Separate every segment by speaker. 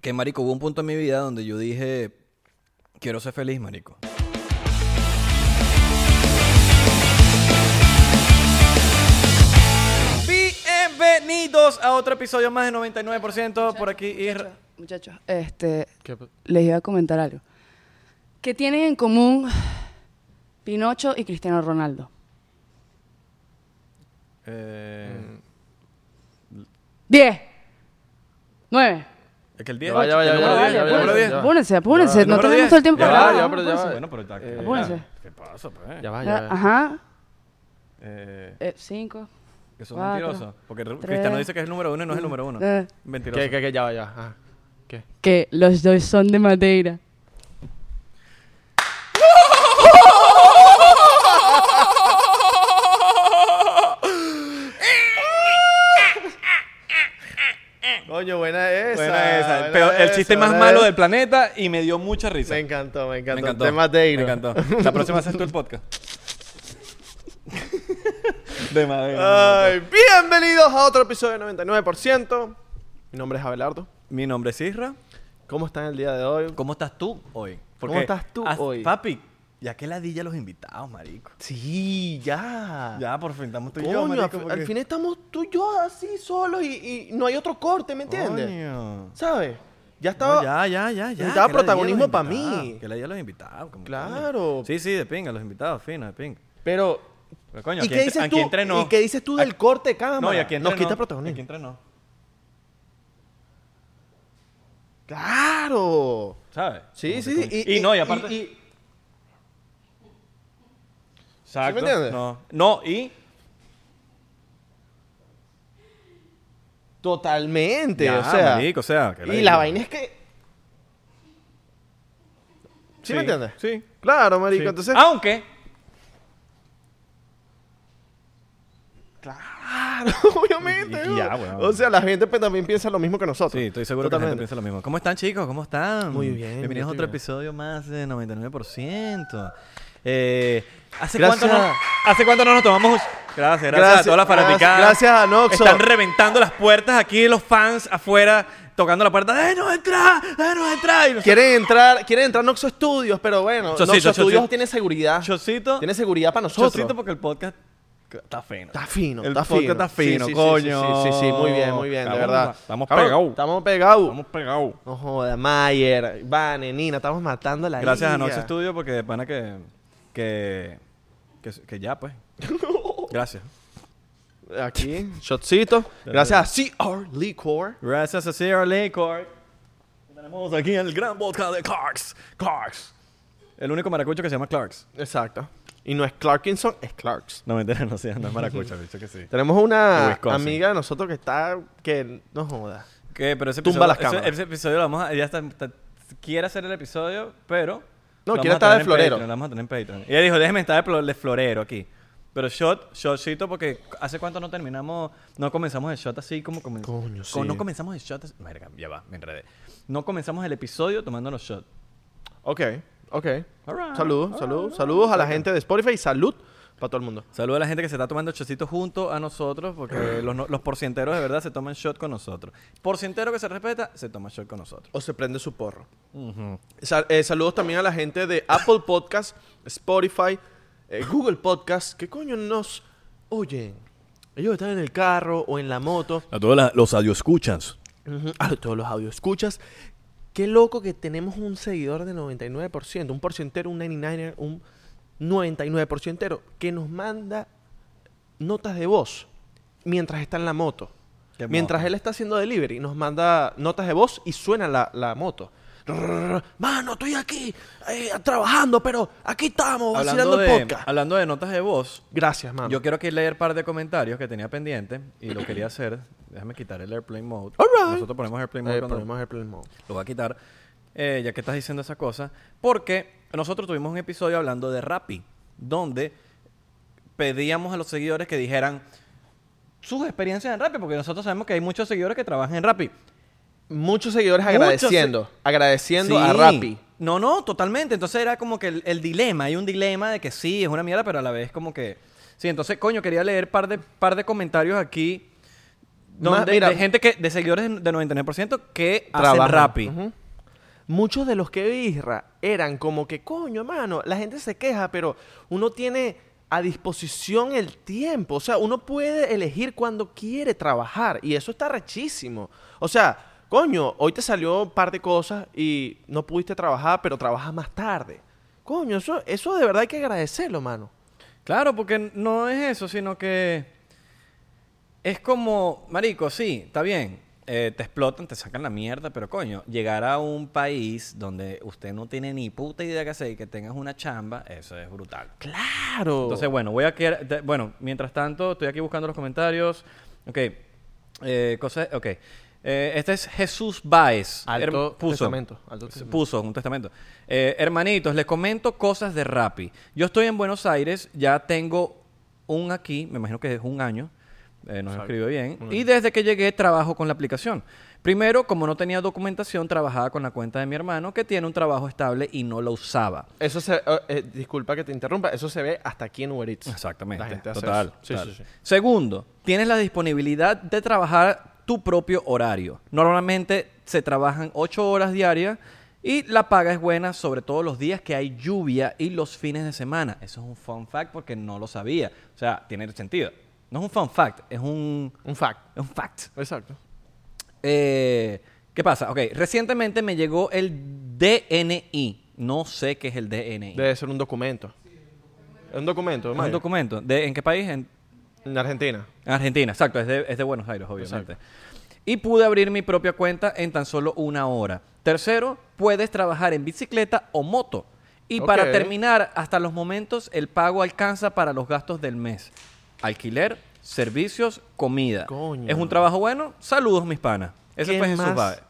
Speaker 1: Que, marico, hubo un punto en mi vida donde yo dije, quiero ser feliz, marico. Bienvenidos a otro episodio más de 99% por aquí. Ir...
Speaker 2: Muchachos, Muchachos, este, les iba a comentar algo. ¿Qué tienen en común Pinocho y Cristiano Ronaldo?
Speaker 1: Eh,
Speaker 3: Mm.
Speaker 2: Diez. Nueve. Ah,
Speaker 1: es que el 10.
Speaker 3: Ya va, ya va, ya
Speaker 1: el
Speaker 3: va,
Speaker 1: número
Speaker 3: ya va,
Speaker 1: 10,
Speaker 3: ya va,
Speaker 1: el número
Speaker 3: ya va,
Speaker 1: 10.
Speaker 3: ya va.
Speaker 2: Apúrense, apúrense. No
Speaker 1: Número
Speaker 2: tenemos
Speaker 1: 10.
Speaker 2: todo el tiempo
Speaker 3: Ya
Speaker 2: para
Speaker 3: va,
Speaker 2: hablar,
Speaker 3: ya va,
Speaker 2: ¿no?
Speaker 3: pero ya va.
Speaker 2: Apúrense.
Speaker 1: Bueno, pero está- Ah,
Speaker 3: Eh,
Speaker 2: Apúrense.
Speaker 1: ¿Qué pasa, pues?
Speaker 3: Ya va, ya
Speaker 2: Ya,
Speaker 3: va.
Speaker 2: Ah, Ajá.
Speaker 1: Eh,
Speaker 2: Eh, cinco.
Speaker 1: eso es
Speaker 2: Cuatro,
Speaker 1: mentiroso. Porque Ru-
Speaker 2: tres.
Speaker 1: Cristiano dice que es el número uno y no es el número uno.
Speaker 2: Eh.
Speaker 1: Mentiroso.
Speaker 3: ¿Qué, qué, qué? Ya va, ya va. Ajá. ¿Qué?
Speaker 2: Que los dos son de Madeira.
Speaker 3: Coño, buena esa.
Speaker 1: Buena esa. Pero el chiste más malo del planeta y me dio mucha risa.
Speaker 3: Me encantó, me encantó.
Speaker 1: Me encantó.
Speaker 3: De Madeira.
Speaker 1: Me encantó. La próxima haces tú el podcast. De Madeira.
Speaker 3: Ay, bienvenidos a otro episodio de 99%. Mi nombre es Abelardo.
Speaker 1: Mi nombre es Isra.
Speaker 3: ¿Cómo están el día de hoy?
Speaker 1: ¿Cómo estás tú hoy?
Speaker 3: ¿Cómo estás tú
Speaker 1: haz-
Speaker 3: hoy?
Speaker 1: Papi, ya que ladilla los invitados, marico.
Speaker 3: Sí, ya.
Speaker 1: Ya, por fin, estamos tú y yo,
Speaker 3: Coño,
Speaker 1: marico.
Speaker 3: al, al fin estamos tú y yo así solos y, y no hay otro corte, ¿me entiendes?
Speaker 1: ¿Entiendes?
Speaker 3: ¿Sabes? Ya estaba.
Speaker 1: No, ya, ya, ya, ya.
Speaker 3: necesitaba
Speaker 1: que ladilla
Speaker 3: protagonismo
Speaker 1: los
Speaker 3: pa'
Speaker 1: invitados,
Speaker 3: mí.
Speaker 1: Que ladilla los invitados. como
Speaker 3: Claro.
Speaker 1: coño. Sí, sí, de pinga, los invitados, fino, de pinga.
Speaker 3: Pero.
Speaker 1: Pero coño,
Speaker 3: ¿Y
Speaker 1: aquí
Speaker 3: qué
Speaker 1: entre-
Speaker 3: dices
Speaker 1: aquí
Speaker 3: tú?
Speaker 1: entre no.
Speaker 3: ¿Y qué dices tú del
Speaker 1: Aquí-
Speaker 3: corte de cámara?
Speaker 1: No, y aquí entre
Speaker 3: Nos
Speaker 1: no.
Speaker 3: quita
Speaker 1: Aquí
Speaker 3: protagonismo.
Speaker 1: entre no.
Speaker 3: Claro.
Speaker 1: ¿Sabes?
Speaker 3: Sí,
Speaker 1: Como
Speaker 3: sí,
Speaker 1: que
Speaker 3: sí.
Speaker 1: coño. Y, no, y aparte.
Speaker 3: y- y-
Speaker 1: Exacto.
Speaker 3: ¿Sí me entiendes?
Speaker 1: No, no, y.
Speaker 3: totalmente.
Speaker 1: Ya,
Speaker 3: o sea.
Speaker 1: marico, o sea, que
Speaker 3: y la vaina es que. ¿Sí,
Speaker 1: Sí,
Speaker 3: me entiendes?
Speaker 1: sí.
Speaker 3: Claro, marico.
Speaker 1: Sí. Ah.
Speaker 3: Entonces.
Speaker 1: Aunque.
Speaker 3: Claro, obviamente.
Speaker 1: Y- y ya,
Speaker 3: ¿no?
Speaker 1: weón.
Speaker 3: O sea, la gente pues, también piensa lo mismo que nosotros.
Speaker 1: Sí, estoy seguro que la gente piensa lo mismo. ¿Cómo están, chicos? ¿Cómo están?
Speaker 3: Muy bien,
Speaker 1: Bienvenidos a
Speaker 3: yo estoy
Speaker 1: otro
Speaker 3: bien.
Speaker 1: episodio más de 99%. Eh, ¿hace,
Speaker 3: Gracias.
Speaker 1: cuánto no, ¿Hace cuánto no nos tomamos? Gracias, gracias, a toda la fanaticada.
Speaker 3: Gracias a Noxo.
Speaker 1: Están reventando las puertas aquí, los fans afuera, tocando la puerta. ¡Eh, ¡Déjenos entrar! ¡Déjenos entrar! Y nosotros-
Speaker 3: Quieren entrar, quieren entrar Noxo Studios, pero bueno,
Speaker 1: Chocito,
Speaker 3: Noxo
Speaker 1: chocito.
Speaker 3: Studios tiene seguridad.
Speaker 1: Chocito.
Speaker 3: Tiene seguridad para nosotros.
Speaker 1: Chocito porque el podcast está fino.
Speaker 3: Está fino,
Speaker 1: El
Speaker 3: está
Speaker 1: podcast
Speaker 3: fino.
Speaker 1: está
Speaker 3: Sí,
Speaker 1: fino,
Speaker 3: sí, sí,
Speaker 1: coño.
Speaker 3: Sí sí, sí, sí, muy bien, muy bien, de
Speaker 1: Estamos-
Speaker 3: verdad.
Speaker 1: estamos
Speaker 3: Cabrón,
Speaker 1: pegados.
Speaker 3: Estamos pegados.
Speaker 1: Estamos pegados.
Speaker 3: No joda, Mayer, Vane, Nina, estamos matando a la
Speaker 1: Gracias a
Speaker 3: liga.
Speaker 1: Nox Studio porque de pana que, que, que, que ya, pues. Gracias.
Speaker 3: Aquí, shotcito. Gracias a CR Liquor.
Speaker 1: Gracias a Sierra Licor. Tenemos aquí el gran vodka de Clarks. Clarks. El único maracucho que se llama Clarks.
Speaker 3: Exacto. Y no es Clarkinson, es Clarks.
Speaker 1: No, mentira, no sea, no es maracucho, bicho, que sí.
Speaker 3: Tenemos
Speaker 1: De
Speaker 3: una
Speaker 1: Wisconsin.
Speaker 3: amiga de nosotros que está, que no joda.
Speaker 1: ¿Qué? Pero ese episodio,
Speaker 3: Tumba las
Speaker 1: ese-
Speaker 3: cámaras.
Speaker 1: Ese, episodio lo vamos a... Ya está, está- quiere hacer el episodio, pero...
Speaker 3: No,
Speaker 1: lo vamos
Speaker 3: quiere
Speaker 1: a
Speaker 3: estar
Speaker 1: tener
Speaker 3: de
Speaker 1: en
Speaker 3: florero.
Speaker 1: Patreon, lo vamos a tener en Patreon. Y ella dijo, déjeme estar de, flo- de florero aquí. Pero shot, shotcito, porque hace cuánto no terminamos, no comenzamos el shot así como comenzamos.
Speaker 3: Coño, sí.
Speaker 1: No comenzamos el shot así. Verga, ya va, me enredé. No comenzamos el episodio tomando los shots.
Speaker 3: Ok, ok.
Speaker 1: Alright, alright,
Speaker 3: Saludos, saludos,
Speaker 1: alright.
Speaker 3: saludos a la gente de Spotify y salud para todo el mundo.
Speaker 1: Saludos a la gente que se está tomando shotcito junto a nosotros, porque los, no- los porcienteros de verdad se toman shot con nosotros. Porcientero que se respeta, se toma shot con nosotros.
Speaker 3: O se prende su porro. Sa- eh, saludos también a la gente de Apple Podcast, Spotify, eh, Google Podcast. ¿Qué coño nos oyen? Ellos están en el carro o en la moto.
Speaker 1: A todos los escuchas
Speaker 3: Ujú. A todos los audio escuchas. Qué loco que tenemos un seguidor del 99%, un porcentero, un 99, un 99%ero que nos manda notas de voz mientras está en la moto.
Speaker 1: Qué
Speaker 3: Mientras
Speaker 1: moto.
Speaker 3: él está haciendo delivery, nos manda notas de voz y suena la, la moto. Rrr, Mano, estoy aquí eh, trabajando, pero aquí estamos,
Speaker 1: Hablando
Speaker 3: vacilando el
Speaker 1: de,
Speaker 3: podcast.
Speaker 1: hablando de notas de voz,
Speaker 3: Gracias, mano.
Speaker 1: yo quiero aquí leer un par de comentarios que tenía pendiente y lo quería hacer. Déjame quitar el airplane mode.
Speaker 3: Alright.
Speaker 1: Nosotros ponemos airplane mode
Speaker 3: Eh,
Speaker 1: cuando-
Speaker 3: ponemos el play mode.
Speaker 1: Lo voy a quitar, eh, ya que estás diciendo esa cosa, porque nosotros tuvimos un episodio hablando de Rappi, donde pedíamos a los seguidores que dijeran sus experiencias en Rappi, porque nosotros sabemos que hay muchos seguidores que trabajan en Rappi.
Speaker 3: Muchos seguidores
Speaker 1: Muchos
Speaker 3: agradeciendo. Agradeciendo a
Speaker 1: Sí.
Speaker 3: Rappi.
Speaker 1: No, no, totalmente. Entonces era como que el, el dilema, hay un dilema de que sí, es una mierda, pero a la vez como que... Sí, entonces, coño, quería leer par de, par de comentarios aquí
Speaker 3: Ma-
Speaker 1: donde,
Speaker 3: mira.
Speaker 1: de gente que, de seguidores de 99% que
Speaker 3: Trabajan.
Speaker 1: hacen Rappi.
Speaker 3: Ujú. Muchos de los que birra eran como que, coño, hermano, la gente se queja, pero uno tiene a disposición el tiempo. O sea, uno puede elegir cuando quiere trabajar. Y eso está rechísimo. O sea, coño, hoy te salió un par de cosas y no pudiste trabajar, pero trabajas más tarde. Coño, eso, eso de verdad hay que agradecerlo, mano.
Speaker 1: Claro, porque no es eso, sino que es como, marico, sí, está bien, eh, te explotan, te sacan la mierda, pero coño, llegar a un país donde usted no tiene ni puta idea qué hacer y que tengas una chamba, eso es brutal.
Speaker 3: Claro.
Speaker 1: Entonces, bueno, voy a quer- de- bueno, mientras tanto, estoy aquí buscando los comentarios. Ok, eh, cosas, ok. Eh, este es Jesús Baez.
Speaker 3: Alto
Speaker 1: Her- puso,
Speaker 3: testamento, alto
Speaker 1: se-
Speaker 3: testamento.
Speaker 1: puso un testamento. Eh, hermanitos, les comento cosas de Rappi. Yo estoy en Buenos Aires, ya tengo un aquí, me imagino que es un año. Eh, nos escribió bien. Y desde que llegué trabajo con la aplicación. Primero, como no tenía documentación, trabajaba con la cuenta de mi hermano, que tiene un trabajo estable y no lo usaba.
Speaker 3: Eso se... eh, eh, disculpa que te interrumpa. Eso se ve hasta aquí en Uber Eats.
Speaker 1: Exactamente.
Speaker 3: La gente hace
Speaker 1: total,
Speaker 3: eso. Sí,
Speaker 1: total.
Speaker 3: sí, sí.
Speaker 1: Segundo, tienes la disponibilidad de trabajar tu propio horario. Normalmente se trabajan ocho horas diarias y la paga es buena, sobre todo los días que hay lluvia y los fines de semana. Eso es un fun fact porque no lo sabía. O sea, tiene sentido. No es un fun fact, es un,
Speaker 3: Un fact.
Speaker 1: es un fact.
Speaker 3: Exacto.
Speaker 1: Eh, ¿Qué pasa? Ok, recientemente me llegó el DNI. No sé qué es el DNI.
Speaker 3: Debe ser un documento. Es un documento,
Speaker 1: es
Speaker 3: Mario?
Speaker 1: un documento. ¿De, ¿En qué país? En,
Speaker 3: En Argentina.
Speaker 1: En Argentina, exacto, es de, es de Buenos Aires, obviamente. Y pude abrir mi propia cuenta en tan solo una hora. Tercero, puedes trabajar en bicicleta o moto. Y para
Speaker 3: Ok.
Speaker 1: terminar, hasta los momentos, el pago alcanza para los gastos del mes. Alquiler, servicios, comida.
Speaker 3: Coño.
Speaker 1: Es un trabajo bueno. Saludos, mis panas. Ese
Speaker 3: ¿Qué
Speaker 1: fue Jesús
Speaker 3: más?
Speaker 1: Baez.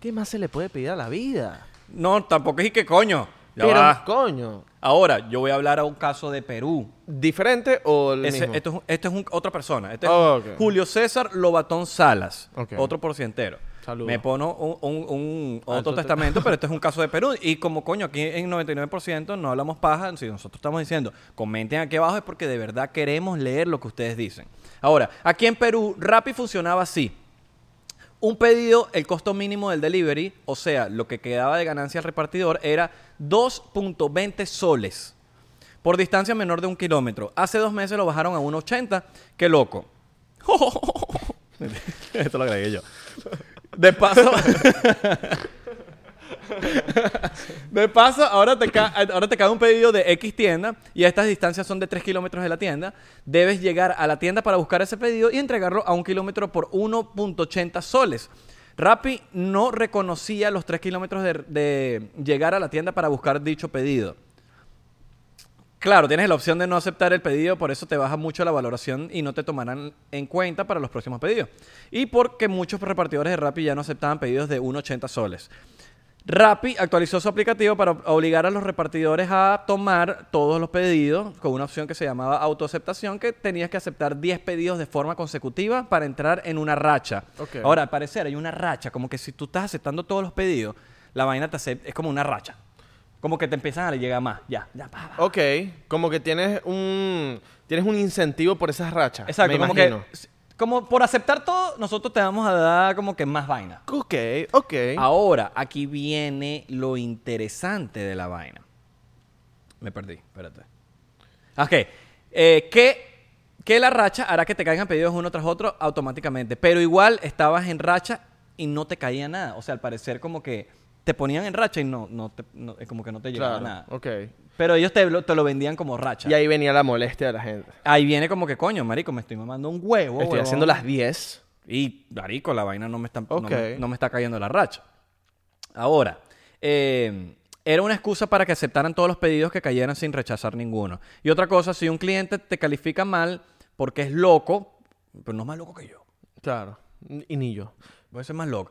Speaker 3: ¿Qué más se le puede pedir a la vida?
Speaker 1: No, tampoco es y que coño. Ya
Speaker 3: Pero,
Speaker 1: va.
Speaker 3: coño.
Speaker 1: Ahora, yo voy a hablar a un caso de Perú.
Speaker 3: ¿Diferente o el
Speaker 1: Ese-
Speaker 3: mismo?
Speaker 1: esto, es, un- esto es un- otra persona. Este
Speaker 3: Ah,
Speaker 1: es
Speaker 3: ok.
Speaker 1: Julio César Lobatón Salas,
Speaker 3: Ok.
Speaker 1: otro porcientero.
Speaker 3: Saludos.
Speaker 1: Me pono un, un- un
Speaker 3: Alto
Speaker 1: otro
Speaker 3: te-
Speaker 1: testamento, pero este es un caso de Perú. Y como coño, aquí en 99% no hablamos paja, si nosotros estamos diciendo, comenten aquí abajo es porque de verdad queremos leer lo que ustedes dicen. Ahora, aquí en Perú, Rappi funcionaba así. Un pedido, el costo mínimo del delivery, o sea, lo que quedaba de ganancia al repartidor, era 2.20 soles por distancia menor de un kilómetro. Hace dos meses lo bajaron a 1.80. ¡Qué loco! Esto lo agregué yo. De paso... De paso, ahora te, ca- ahora te cae un pedido de X tienda y estas distancias son de 3 kilómetros de la tienda. Debes llegar a la tienda para buscar ese pedido y entregarlo a un kilómetro por 1.80 soles. Rappi no reconocía los 3 kilómetros de, de llegar a la tienda para buscar dicho pedido. Claro, tienes la opción de no aceptar el pedido, por eso te baja mucho la valoración y no te tomarán en cuenta para los próximos pedidos. Y porque muchos repartidores de Rappi ya no aceptaban pedidos de 1.80 soles. Rappi actualizó su aplicativo para obligar a los repartidores a tomar todos los pedidos con una opción que se llamaba autoaceptación, que tenías que aceptar 10 pedidos de forma consecutiva para entrar en una racha.
Speaker 3: Ok.
Speaker 1: Ahora, al parecer hay una racha, como que si tú estás aceptando todos los pedidos, la vaina te acep- es como una racha. Como que te empiezan a llegar más, ya, ya, pa, pa.
Speaker 3: Ok. Como que tienes un... Tienes un incentivo por esas rachas.
Speaker 1: Exacto,
Speaker 3: me
Speaker 1: como
Speaker 3: imagino.
Speaker 1: que como por aceptar todo, nosotros te vamos a dar como que más vaina.
Speaker 3: Ok, ok.
Speaker 1: Ahora, aquí viene lo interesante de la vaina. Me perdí, espérate. Ok. eh, que, que la racha hará que te caigan pedidos uno tras otro automáticamente. Pero igual estabas en racha y no te caía nada. O sea, al parecer como que te ponían en racha y no, no, te- no- eh, como que no te llegaba
Speaker 3: claro.
Speaker 1: nada.
Speaker 3: Ok.
Speaker 1: Pero ellos te, lo- te lo vendían como racha.
Speaker 3: Y ahí venía la molestia de la gente.
Speaker 1: Ahí viene como que, coño, marico, me estoy mamando un huevo.
Speaker 3: Estoy
Speaker 1: huevón.
Speaker 3: haciendo las 10.
Speaker 1: Y, marico, la vaina no me está, no
Speaker 3: Ok.
Speaker 1: me- no me está cayendo la racha. Ahora, eh, era una excusa para que aceptaran todos los pedidos que cayeran sin rechazar ninguno. Y otra cosa, si un cliente te califica mal porque es loco, pero no es más loco que yo.
Speaker 3: Claro. Y ni yo.
Speaker 1: Puede ser más loco.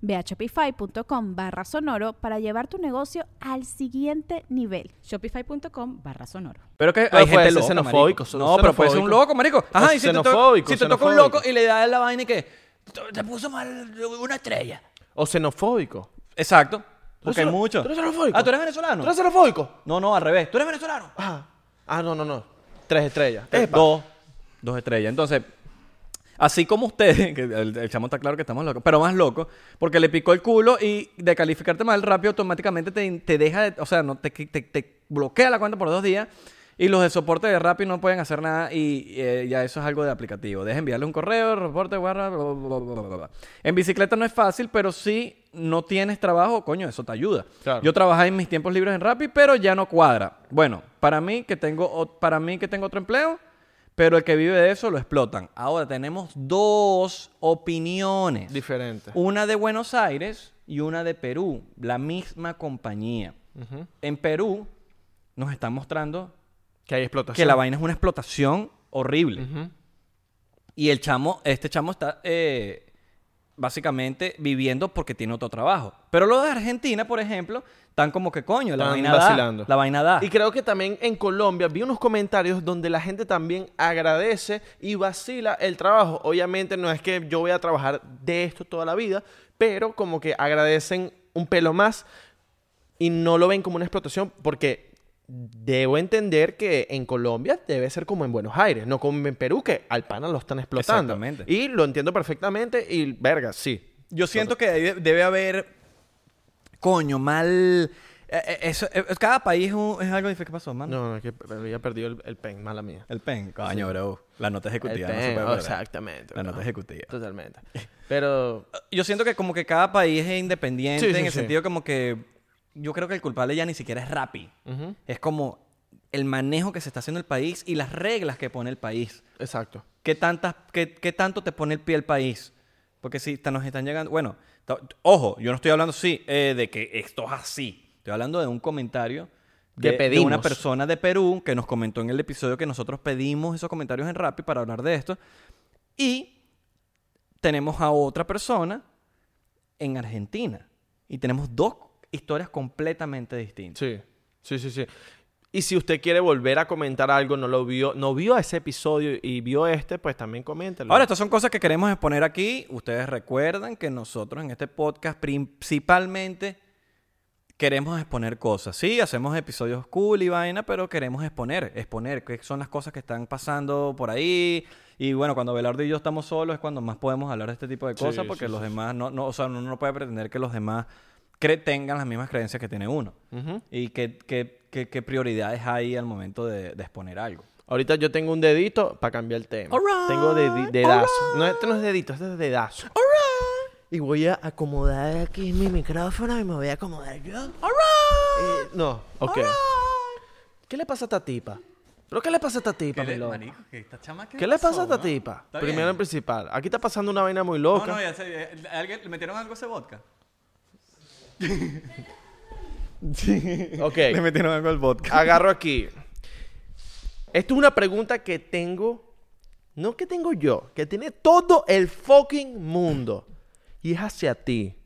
Speaker 4: Ve a shopify.com barra sonoro para llevar tu negocio al siguiente nivel.
Speaker 5: Shopify.com barra sonoro.
Speaker 1: Pero que
Speaker 3: Pero
Speaker 1: hay
Speaker 3: puede
Speaker 1: gente
Speaker 3: ser
Speaker 1: loca,
Speaker 3: xenofóbico,
Speaker 1: marico.
Speaker 3: son
Speaker 1: No, pero puede ser un
Speaker 3: xenofóbico.
Speaker 1: loco, marico. Ajá, y si te, to-
Speaker 3: Xenofóbico,
Speaker 1: si te toca un
Speaker 3: xenofóbico.
Speaker 1: loco y le das la vaina y que te puso mal una estrella.
Speaker 3: O xenofóbico.
Speaker 1: Exacto. Porque
Speaker 3: eres
Speaker 1: hay
Speaker 3: xeno-
Speaker 1: mucho.
Speaker 3: tú eres xenofóbico?
Speaker 1: Ah, tú eres venezolano.
Speaker 3: ¿Tú eres xenofóbico?
Speaker 1: No, no, al revés. Tú eres venezolano.
Speaker 3: Ah. Ah, no, no, no. Tres estrellas. Epa.
Speaker 1: Dos. Dos estrellas. Entonces, así como ustedes, que el, el chamo está claro que estamos locos, pero más locos, porque le picó el culo y de calificarte mal rápido automáticamente te, te deja, de- o sea, no, te, te- te bloquea la cuenta por dos días. Y los de soporte de Rappi no pueden hacer nada y eh, ya eso es algo de aplicativo. Deja enviarle un correo, reporte, guarda, bla, bla, bla, bla, bla, bla. En bicicleta no es fácil, pero si no tienes trabajo, coño, eso te ayuda.
Speaker 3: Claro.
Speaker 1: Yo trabajaba en mis tiempos libres en Rappi, pero ya no cuadra. Bueno, para mí que tengo, o- para mí que tengo otro empleo, pero el que vive de eso lo explotan. Ahora tenemos dos opiniones.
Speaker 3: Diferentes.
Speaker 1: Una de Buenos Aires y una de Perú, la misma compañía. En Perú nos están mostrando
Speaker 3: Que hay explotación.
Speaker 1: que la vaina es una explotación horrible.
Speaker 3: Ujú.
Speaker 1: Y el chamo, este chamo está eh, básicamente viviendo porque tiene otro trabajo. Pero los de Argentina, por ejemplo, están como que coño, la
Speaker 3: Están
Speaker 1: vaina da.
Speaker 3: vacilando.
Speaker 1: La vaina da.
Speaker 3: Y creo que también en Colombia vi unos comentarios donde la gente también agradece y vacila el trabajo. Obviamente no es que yo voy a trabajar de esto toda la vida, pero como que agradecen un pelo más y no lo ven como una explotación porque debo entender que en Colombia debe ser como en Buenos Aires, no como en Perú que al pana lo están explotando.
Speaker 1: Exactamente.
Speaker 3: Y lo entiendo perfectamente y verga, sí.
Speaker 1: Yo siento que debe, debe haber, coño, mal... eh, eh, eso, eh, cada país es, un- es algo diferente. ¿Qué pasó, mano?
Speaker 3: No, no, que había perdido el, el pen, mala mía.
Speaker 1: El pen. Coño, bro. La nota ejecutiva.
Speaker 3: El
Speaker 1: no se
Speaker 3: pen, oh,
Speaker 1: puede perder.
Speaker 3: Este, exactamente.
Speaker 1: La
Speaker 3: bro.
Speaker 1: nota ejecutiva.
Speaker 3: Totalmente. Pero
Speaker 1: Yo siento que como que cada país es independiente
Speaker 3: Sí, sí,
Speaker 1: en el
Speaker 3: sí.
Speaker 1: sentido como que yo creo que el culpable ya ni siquiera es Rappi. Es como el manejo que se está haciendo el país y las reglas que pone el país.
Speaker 3: Exacto.
Speaker 1: ¿Qué, tantas, qué, qué tanto te pone el pie el país? Porque si ta- nos están llegando... Bueno, ta- ojo, yo no estoy hablando, sí, eh, de que esto es así. Estoy hablando de un comentario
Speaker 3: Que
Speaker 1: de, de
Speaker 3: pedimos.
Speaker 1: una persona de Perú que nos comentó en el episodio que nosotros pedimos esos comentarios en Rappi para hablar de esto. Y tenemos a otra persona en Argentina. Y tenemos dos historias completamente distintas.
Speaker 3: Sí, sí, sí, sí. Y si usted quiere volver a comentar algo, no lo vio, no vio ese episodio y vio este, pues también coméntelo.
Speaker 1: Ahora, estas son cosas que queremos exponer aquí. Ustedes recuerdan que nosotros en este podcast principalmente queremos exponer cosas. Sí, hacemos episodios cool y vaina, pero queremos exponer, exponer qué son las cosas que están pasando por ahí. Y bueno, cuando Belardo y yo estamos solos es cuando más podemos hablar de este tipo de cosas,
Speaker 3: Sí,
Speaker 1: porque
Speaker 3: sí,
Speaker 1: los demás, no, no, o sea, uno no puede pretender que los demás cre- tengan las mismas creencias que tiene uno. Y qué, qué- qué- qué prioridades hay al momento de- de exponer algo.
Speaker 3: Ahorita yo tengo un dedito para cambiar el tema.
Speaker 1: Alright,
Speaker 3: tengo dedi- dedazo. No, este no es dedito, este es dedazo. Y voy a acomodar aquí mi micrófono y me voy a acomodar yo. Eh, no, ok. ¿Qué le pasa a esta tipa? ¿Pero qué le pasa a esta tipa, mi loco? ¿Qué le pasa a esta tipa?
Speaker 1: Está
Speaker 3: Primero
Speaker 1: bien.
Speaker 3: en principal. Aquí está pasando una vaina muy loca.
Speaker 1: No, no, ya sé. eh, ¿alguien- ¿Le metieron algo a ese vodka?
Speaker 3: Ok.
Speaker 1: metieron algo al vodka.
Speaker 3: agarro aquí. Esto es una pregunta que tengo, no que tengo yo, que tiene todo el fucking mundo. Y es hacia ti.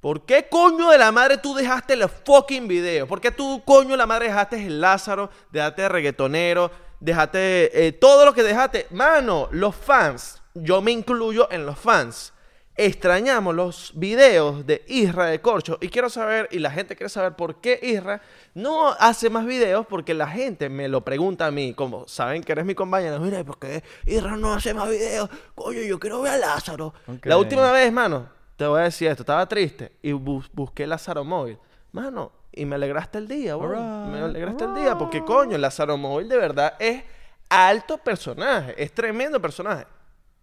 Speaker 3: ¿Por qué coño de la madre tú dejaste los fucking videos? ¿Por qué tú coño de la madre dejaste el Lázaro, dejaste el reggaetonero, Déjate, eh, todo lo que dejaste, mano, los fans, yo me incluyo en los fans. Extrañamos los videos de Isra de Corcho y quiero saber, y la gente quiere saber por qué Isra no hace más videos, porque la gente me lo pregunta a mí, como saben que eres mi compañero, mira, ¿por qué Isra no hace más videos? Coño, yo quiero ver a Lázaro.
Speaker 1: Ok.
Speaker 3: La última vez, mano, te voy a decir esto, estaba triste y bu- busqué Lázaro Móvil, mano, y me alegraste el día, bro.
Speaker 1: Alright,
Speaker 3: Me alegraste el día, porque coño, Lázaro Móvil de verdad es alto personaje, es tremendo personaje.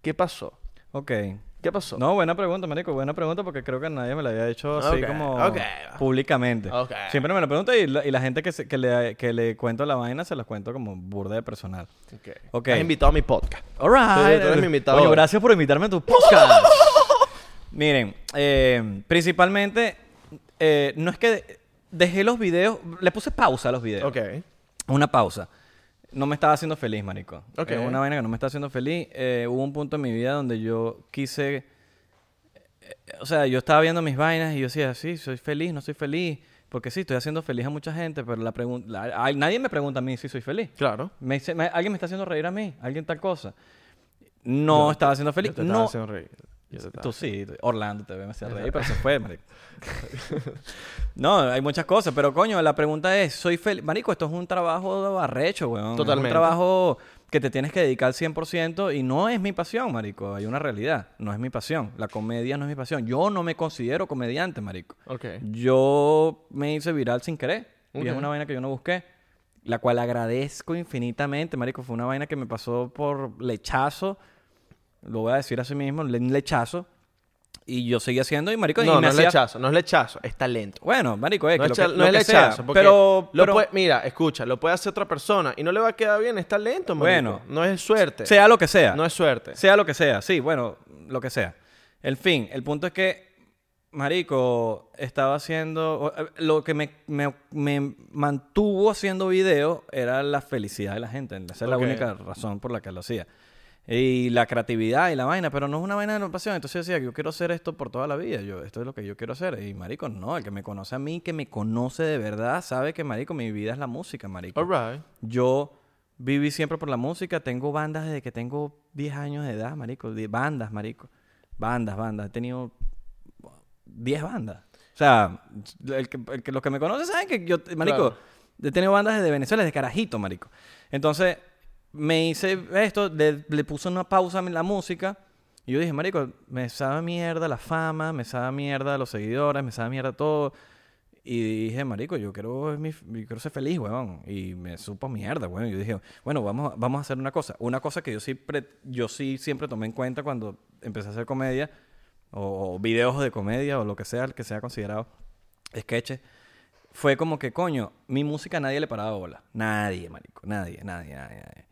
Speaker 3: ¿Qué pasó?
Speaker 1: Ok.
Speaker 3: ¿Qué pasó?
Speaker 1: No, buena pregunta, marico. Buena pregunta porque creo que nadie me la había hecho así
Speaker 3: Ok,
Speaker 1: como
Speaker 3: ok.
Speaker 1: públicamente.
Speaker 3: Ok.
Speaker 1: Siempre me la pregunta y la, y la gente que, se- que, le, que le cuento la vaina se las cuento como burda de personal.
Speaker 3: Ok.
Speaker 1: Ok.
Speaker 3: Has invitado a mi podcast.
Speaker 1: All right.
Speaker 3: Tú- tú eres mi invitado
Speaker 1: Coño,
Speaker 3: hoy.
Speaker 1: gracias por invitarme a tu podcast. Miren, eh, principalmente, eh, no es que dejé los videos, le puse pausa a los videos.
Speaker 3: Ok.
Speaker 1: Una pausa. No me estaba haciendo feliz, marico.
Speaker 3: Ok.
Speaker 1: Es una vaina que no me estaba haciendo feliz. Eh, hubo un punto en mi vida donde yo quise... eh, O sea, yo estaba viendo mis vainas y yo decía, sí, soy feliz, no soy feliz. Porque sí, estoy haciendo feliz a mucha gente, pero la pregun- la- a- nadie me pregunta a mí si soy feliz.
Speaker 3: Claro.
Speaker 1: Me dice- me- alguien me está haciendo reír a mí, alguien tal cosa. No estaba haciendo feliz.
Speaker 3: Yo te
Speaker 1: no.
Speaker 3: estaba haciendo reír. Yo te estaba-
Speaker 1: Tú sí, tú- Orlando te me hacía reír, pero se fue, marico. no, hay muchas cosas, pero coño, la pregunta es, soy feliz. Marico, esto es un trabajo arrecho, weón. Es
Speaker 3: Totalmente.
Speaker 1: un trabajo que te tienes que dedicar al 100% y no es mi pasión, marico. Hay una realidad, no es mi pasión. La comedia no es mi pasión. Yo no me considero comediante, marico.
Speaker 3: Ok.
Speaker 1: Yo me hice viral sin querer. Y es
Speaker 3: Ok.
Speaker 1: una vaina que yo no busqué. La cual agradezco infinitamente, marico. Fue una vaina que me pasó por lechazo. Lo voy a decir así mismo, le- un lechazo. Y yo seguí haciendo y, marico, y
Speaker 3: No,
Speaker 1: me
Speaker 3: no es
Speaker 1: hacía-
Speaker 3: lechazo, no es lechazo, es talento.
Speaker 1: Bueno, marico, es
Speaker 3: No
Speaker 1: que
Speaker 3: es,
Speaker 1: lo
Speaker 3: cha-
Speaker 1: que,
Speaker 3: no
Speaker 1: lo
Speaker 3: es
Speaker 1: que sea.
Speaker 3: lechazo, porque
Speaker 1: Pero,
Speaker 3: lo
Speaker 1: pero
Speaker 3: puede- mira, escucha, lo puede hacer otra persona y no le va a quedar bien, es talento, marico.
Speaker 1: Bueno.
Speaker 3: no es suerte.
Speaker 1: sea lo que sea.
Speaker 3: No es suerte.
Speaker 1: Sea lo que sea, sí, bueno, lo que sea. El fin, el punto es que, marico, estaba haciendo... o- eh, Lo que me, me- me mantuvo haciendo video era la felicidad de la gente. Esa es la
Speaker 3: Ok.
Speaker 1: única razón por la que lo hacía. Y la creatividad y la vaina, pero no es una vaina de pasión. Entonces yo decía, yo quiero hacer esto por toda la vida. Yo, esto es lo que yo quiero hacer. Y marico, no, el que me conoce a mí, que me conoce de verdad, sabe que marico, mi vida es la música, marico.
Speaker 3: All right.
Speaker 1: Yo viví siempre por la música. Tengo bandas desde que tengo 10 años de edad, marico. Die- Bandas, marico. Bandas, bandas. He tenido 10 bandas. O sea, el que- el que- los que me conocen saben que yo, marico,
Speaker 3: Claro.
Speaker 1: he tenido bandas desde Venezuela, desde carajito, marico. Entonces, me hice esto, le, le puse una pausa en la música. Y yo dije, marico, me sabe mierda la fama, me sabe mierda los seguidores, me sabe mierda todo. Y dije, marico, yo quiero, es mi- yo quiero ser feliz, weón. Y me supo mierda, weón. Yo dije, bueno, vamos, a- vamos a hacer una cosa. Una cosa que yo sí, pre- yo sí siempre tomé en cuenta cuando empecé a hacer comedia, o, o videos de comedia, o lo que sea, el que sea considerado sketches, fue como que, coño, mi música nadie le paraba bola. Nadie, marico. Nadie, nadie, nadie, nadie.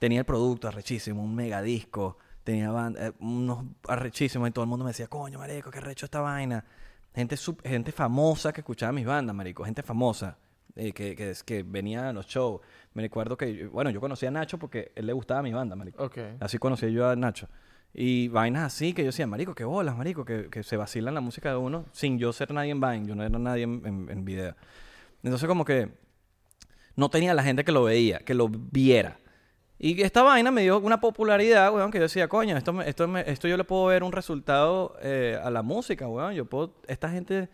Speaker 1: Tenía el producto arrechísimo, un megadisco. Tenía banda, eh, unos arrechísimos y todo el mundo me decía, coño, marico, qué arrecho esta vaina. Gente, sup- gente famosa que escuchaba mis bandas, marico. Gente famosa eh, que, que, que venía a los shows. Me recuerdo que, bueno, yo conocí a Nacho porque él le gustaba mi banda, marico.
Speaker 3: Ok.
Speaker 1: Así conocí yo a Nacho. Y vainas así que yo decía, marico, qué bolas, marico, que, que se vacilan la música de uno sin yo ser nadie en Vine. Yo no era nadie en, en- en video. Entonces como que no tenía la gente que lo veía, que lo viera. Y esta vaina me dio una popularidad, weón, que yo decía, coño, esto, me- esto, me- esto yo le puedo ver un resultado eh, a la música, weón. Yo puedo... Esta gente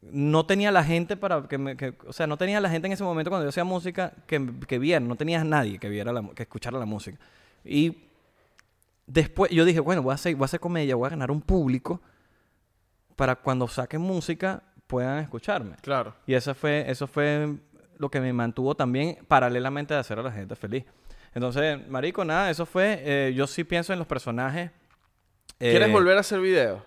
Speaker 1: no tenía la gente para que, me, que- o sea no tenía la gente en ese momento cuando yo hacía música que, que viera no tenía nadie que viera la mu- que escuchara la música y después yo dije bueno voy a hacer voy a hacer comedia voy a ganar un público para cuando saquen música puedan escucharme
Speaker 3: Claro.
Speaker 1: y eso fue, eso fue lo que me mantuvo también paralelamente de hacer a la gente feliz. Entonces, marico, nada, eso fue. eh, yo sí pienso en los personajes. eh,
Speaker 3: ¿Quieres volver a hacer videos?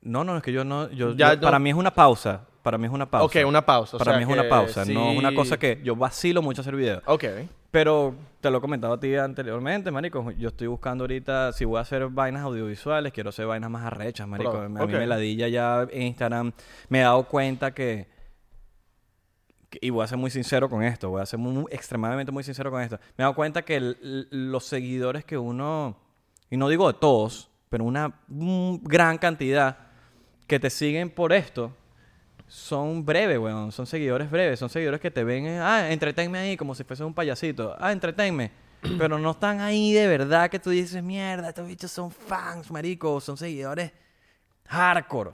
Speaker 1: No, no, es que yo no. Yo,
Speaker 3: Ya
Speaker 1: yo-
Speaker 3: no-
Speaker 1: Para mí es una pausa. Para mí es una pausa.
Speaker 3: Ok, una pausa. o
Speaker 1: Para
Speaker 3: sea
Speaker 1: mí es
Speaker 3: que
Speaker 1: una pausa. No es una
Speaker 3: sí-
Speaker 1: cosa que yo vacilo mucho hacer videos.
Speaker 3: Ok.
Speaker 1: Pero te lo he comentado a ti anteriormente, marico. Yo estoy buscando ahorita, si voy a hacer vainas audiovisuales, quiero hacer vainas más arrechas, marico.
Speaker 3: Pro,
Speaker 1: A mí
Speaker 3: ok.
Speaker 1: me ladilla ya en Instagram. Me he dado cuenta que, que- Y voy a ser muy sincero con esto. Voy a ser muy- muy- extremadamente muy sincero con esto. Me he dado cuenta que el- los seguidores que uno... Y no digo de todos, pero una mm, gran cantidad que te siguen por esto son breves, weón. Son seguidores breves. Son seguidores que te ven, eh, ah, entretenme ahí como si fuese un payasito. Ah, entretenme. Pero no están ahí de verdad que tú dices, mierda, estos bichos son fans, marico. Son seguidores hardcore.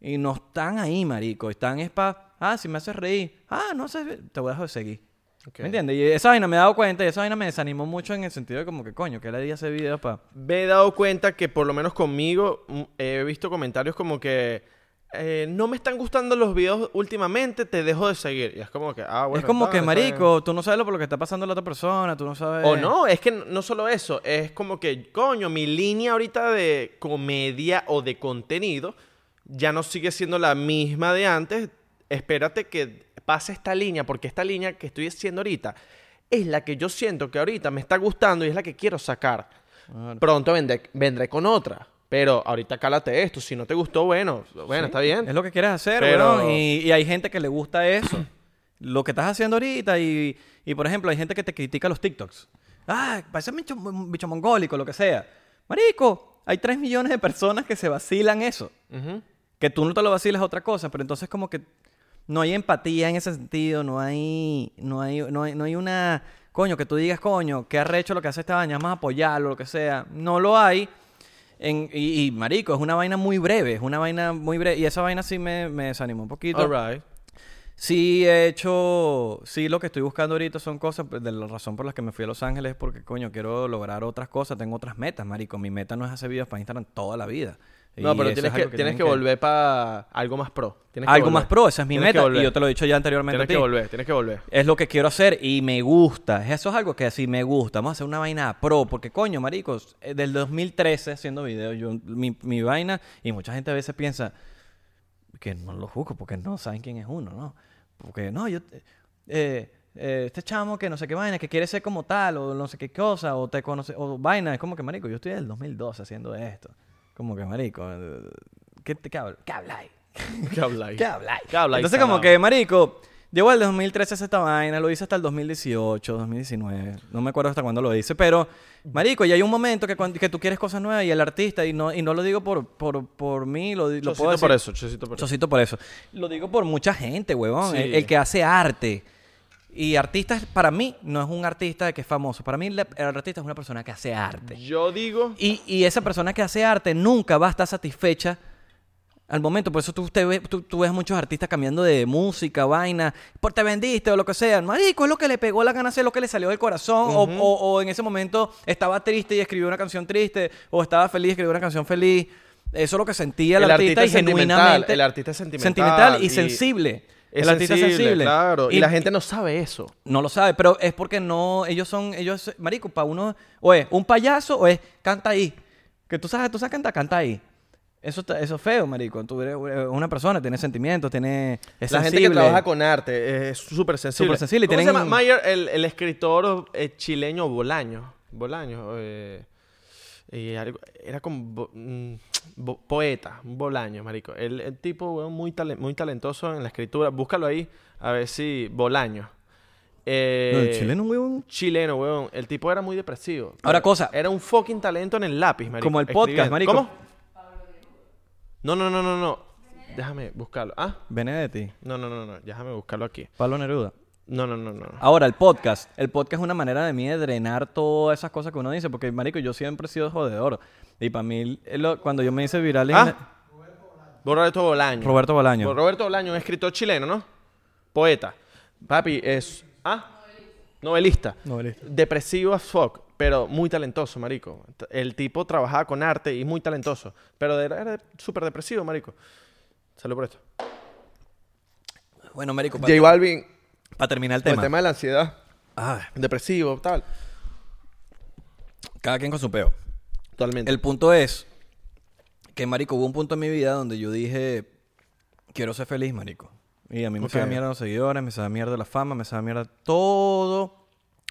Speaker 1: Y no están ahí, marico. Están es pa, ah, si me haces reír. Ah, no sé, te voy a dejar de seguir.
Speaker 3: Ok.
Speaker 1: ¿Me entiendes? Y esa vaina me he dado cuenta y esa vaina me desanimó mucho en el sentido de como que, coño, que le di a ese video pa...
Speaker 3: Me he dado cuenta que por lo menos conmigo mm, he visto comentarios como que eh, no me están gustando los videos últimamente, te dejo de seguir. Y es como que, ah, bueno.
Speaker 1: es como
Speaker 3: está,
Speaker 1: que,
Speaker 3: está bien.
Speaker 1: marico, tú no sabes lo por lo que está pasando la otra persona, tú no sabes...
Speaker 3: O no, es que no solo eso, es como que, coño, mi línea ahorita de comedia o de contenido ya no sigue siendo la misma de antes. Espérate que pase esta línea, porque esta línea que estoy haciendo ahorita es la que yo siento que ahorita me está gustando y es la que quiero sacar. Pronto vendré, vendré con otra, pero ahorita cálate esto. Si no te gustó, bueno, bueno, está bien.
Speaker 1: Es lo que quieres hacer,
Speaker 3: Pero-
Speaker 1: weón, Y, y hay gente que le gusta eso. lo que estás haciendo ahorita y, y, por ejemplo, hay gente que te critica los TikToks. Ah, parece un bicho, un bicho mongólico, lo que sea. Marico, hay 3 millones de personas que se vacilan eso.
Speaker 3: Ujú.
Speaker 1: Que tú no te lo vacilas a otra cosa, pero entonces como que no hay empatía en ese sentido, no hay, no hay, no hay, no hay una, coño, que tú digas, coño, qué arrecho lo que hace esta vaina, más apoyarlo, lo que sea. No lo hay. En- y, y, marico, es una vaina muy breve, es una vaina muy breve. Y esa vaina sí me, me desanimó un poquito.
Speaker 3: All right.
Speaker 1: Sí he hecho, sí lo que estoy buscando ahorita son cosas, pues, de la razón por las que me fui a Los Ángeles es porque, coño, quiero lograr otras cosas, tengo otras metas, marico. Mi meta no es hacer videos para Instagram toda la vida.
Speaker 3: No,
Speaker 1: Y
Speaker 3: pero
Speaker 1: eso
Speaker 3: tienes
Speaker 1: es
Speaker 3: que,
Speaker 1: algo
Speaker 3: tienes
Speaker 1: tienen
Speaker 3: que volver para algo más pro. Tienes que
Speaker 1: algo
Speaker 3: volver.
Speaker 1: más pro, esa es mi
Speaker 3: Tienes que
Speaker 1: meta.
Speaker 3: volver.
Speaker 1: Y yo te lo he dicho ya anteriormente.
Speaker 3: Tienes
Speaker 1: a
Speaker 3: que
Speaker 1: ti.
Speaker 3: volver, tienes que volver.
Speaker 1: Es lo que quiero hacer y me gusta. Eso es algo que así me gusta. Vamos a hacer una vaina pro. Porque, coño, maricos, eh, del 2013 haciendo videos, yo, mi, mi vaina, y mucha gente a veces piensa que no lo juzgo porque no saben quién es uno, ¿no? Porque, no, yo. eh, eh, este chamo que no sé qué vaina, que quiere ser como tal, o no sé qué cosa, o te conoce, o vaina. Es como que, marico, yo estoy del 2012 haciendo esto. Como que, marico, eh, ¿qué, te- qué, habl- qué habláis?
Speaker 3: ¿Qué habláis?
Speaker 1: ¿Qué habláis?
Speaker 3: ¿Qué habláis,
Speaker 1: Entonces, como
Speaker 3: tarado?
Speaker 1: que, marico, llevo al 2013 hace esta vaina, lo hice hasta el 2018, 2019. No me acuerdo hasta cuándo lo hice, pero, marico, y hay un momento que, cuan- que tú quieres cosas nuevas y el artista, y no, y no lo digo por, por, por mí, lo, di- lo puedo
Speaker 3: Chocito
Speaker 1: decir.
Speaker 3: por eso, chocito por eso.
Speaker 1: Chocito por eso. Lo digo por mucha gente, huevón.
Speaker 3: Sí.
Speaker 1: El, el que hace arte. Y artistas, para mí, no es un artista que es famoso. Para mí, la- el artista es una persona que hace arte.
Speaker 3: Yo digo.
Speaker 1: Y, y esa persona que hace arte nunca va a estar satisfecha al momento. Por eso tú, te ve- tú, tú ves muchos artistas cambiando de música, vaina, por te vendiste o lo que sea. Marico, es lo que le pegó la gana, es lo que le salió del corazón. O- o, o en ese momento estaba triste y escribió una canción triste. O estaba feliz y escribió una canción feliz. Eso es lo que sentía el,
Speaker 3: El
Speaker 1: artista,
Speaker 3: artista
Speaker 1: y
Speaker 3: es sentimental,
Speaker 1: genuinamente.
Speaker 3: el artista es sentimental
Speaker 1: y,
Speaker 3: y-
Speaker 1: sensible.
Speaker 3: Es
Speaker 1: el artista es sensible.
Speaker 3: Claro. Y,
Speaker 1: Y-
Speaker 3: la gente no sabe eso.
Speaker 1: no lo sabe, pero es porque no, ellos son, ellos, marico, para uno, o es un payaso o es canta ahí. Que tú sabes, tú sabes cantar, canta ahí. Eso, está- eso es feo, marico. Tú eres eh, una persona, tiene sentimientos, tiene, es
Speaker 3: la gente que
Speaker 1: sensible.
Speaker 3: trabaja con arte eh, es súper sensible.
Speaker 1: Súper sensible y
Speaker 3: ¿Cómo
Speaker 1: tienen-
Speaker 3: se llama? Mayer, el, el escritor eh, chileño Bolaño. Bolaño. eh, y algo- era como bo- mm, bo- poeta, un Bolaño, marico. El, el tipo weón, muy, talen- muy talentoso en la escritura. Búscalo ahí, a ver si Bolaño. Eh,
Speaker 1: No, el chileno, weón.
Speaker 3: Chileno, weón. El tipo era muy depresivo.
Speaker 1: Ahora, cosa.
Speaker 3: Era un fucking talento en el lápiz, marico.
Speaker 1: Como el podcast,
Speaker 3: escribiendo.
Speaker 1: marico.
Speaker 3: ¿Cómo? No, no, no, no, no. Déjame buscarlo. Ah.
Speaker 1: Benedetti,
Speaker 3: No, no, no, no, déjame buscarlo aquí.
Speaker 1: Pablo Neruda.
Speaker 3: No, no, no, no. no.
Speaker 1: Ahora, el podcast. El podcast es una manera de mí de drenar todas esas cosas que uno dice, porque, marico, yo siempre he sido jodedor. Y para mí, lo- cuando yo me hice viral en
Speaker 3: Ah, Roberto Bolaño.
Speaker 1: Roberto Bolaño.
Speaker 3: Bo- Roberto Bolaño, un escritor chileno, ¿no? Poeta. Papi, es. Ah, novelista.
Speaker 1: Novelista.
Speaker 3: Depresivo as fuck, pero muy talentoso, marico. T- El tipo trabajaba con arte y muy talentoso, pero era, era súper depresivo, marico. Salud por esto.
Speaker 1: Bueno, marico, para
Speaker 3: J Balvin,
Speaker 1: terminar el
Speaker 3: con
Speaker 1: tema.
Speaker 3: el tema de la ansiedad,
Speaker 1: Ah,
Speaker 3: depresivo, tal.
Speaker 1: cada quien con su peo.
Speaker 3: Totalmente.
Speaker 1: El punto es que, marico, hubo un punto en mi vida donde yo dije, quiero ser feliz, marico. Y a mí me
Speaker 3: Ok.
Speaker 1: sabe mierda los seguidores, me sabe mierda la fama, me sabe mierda todo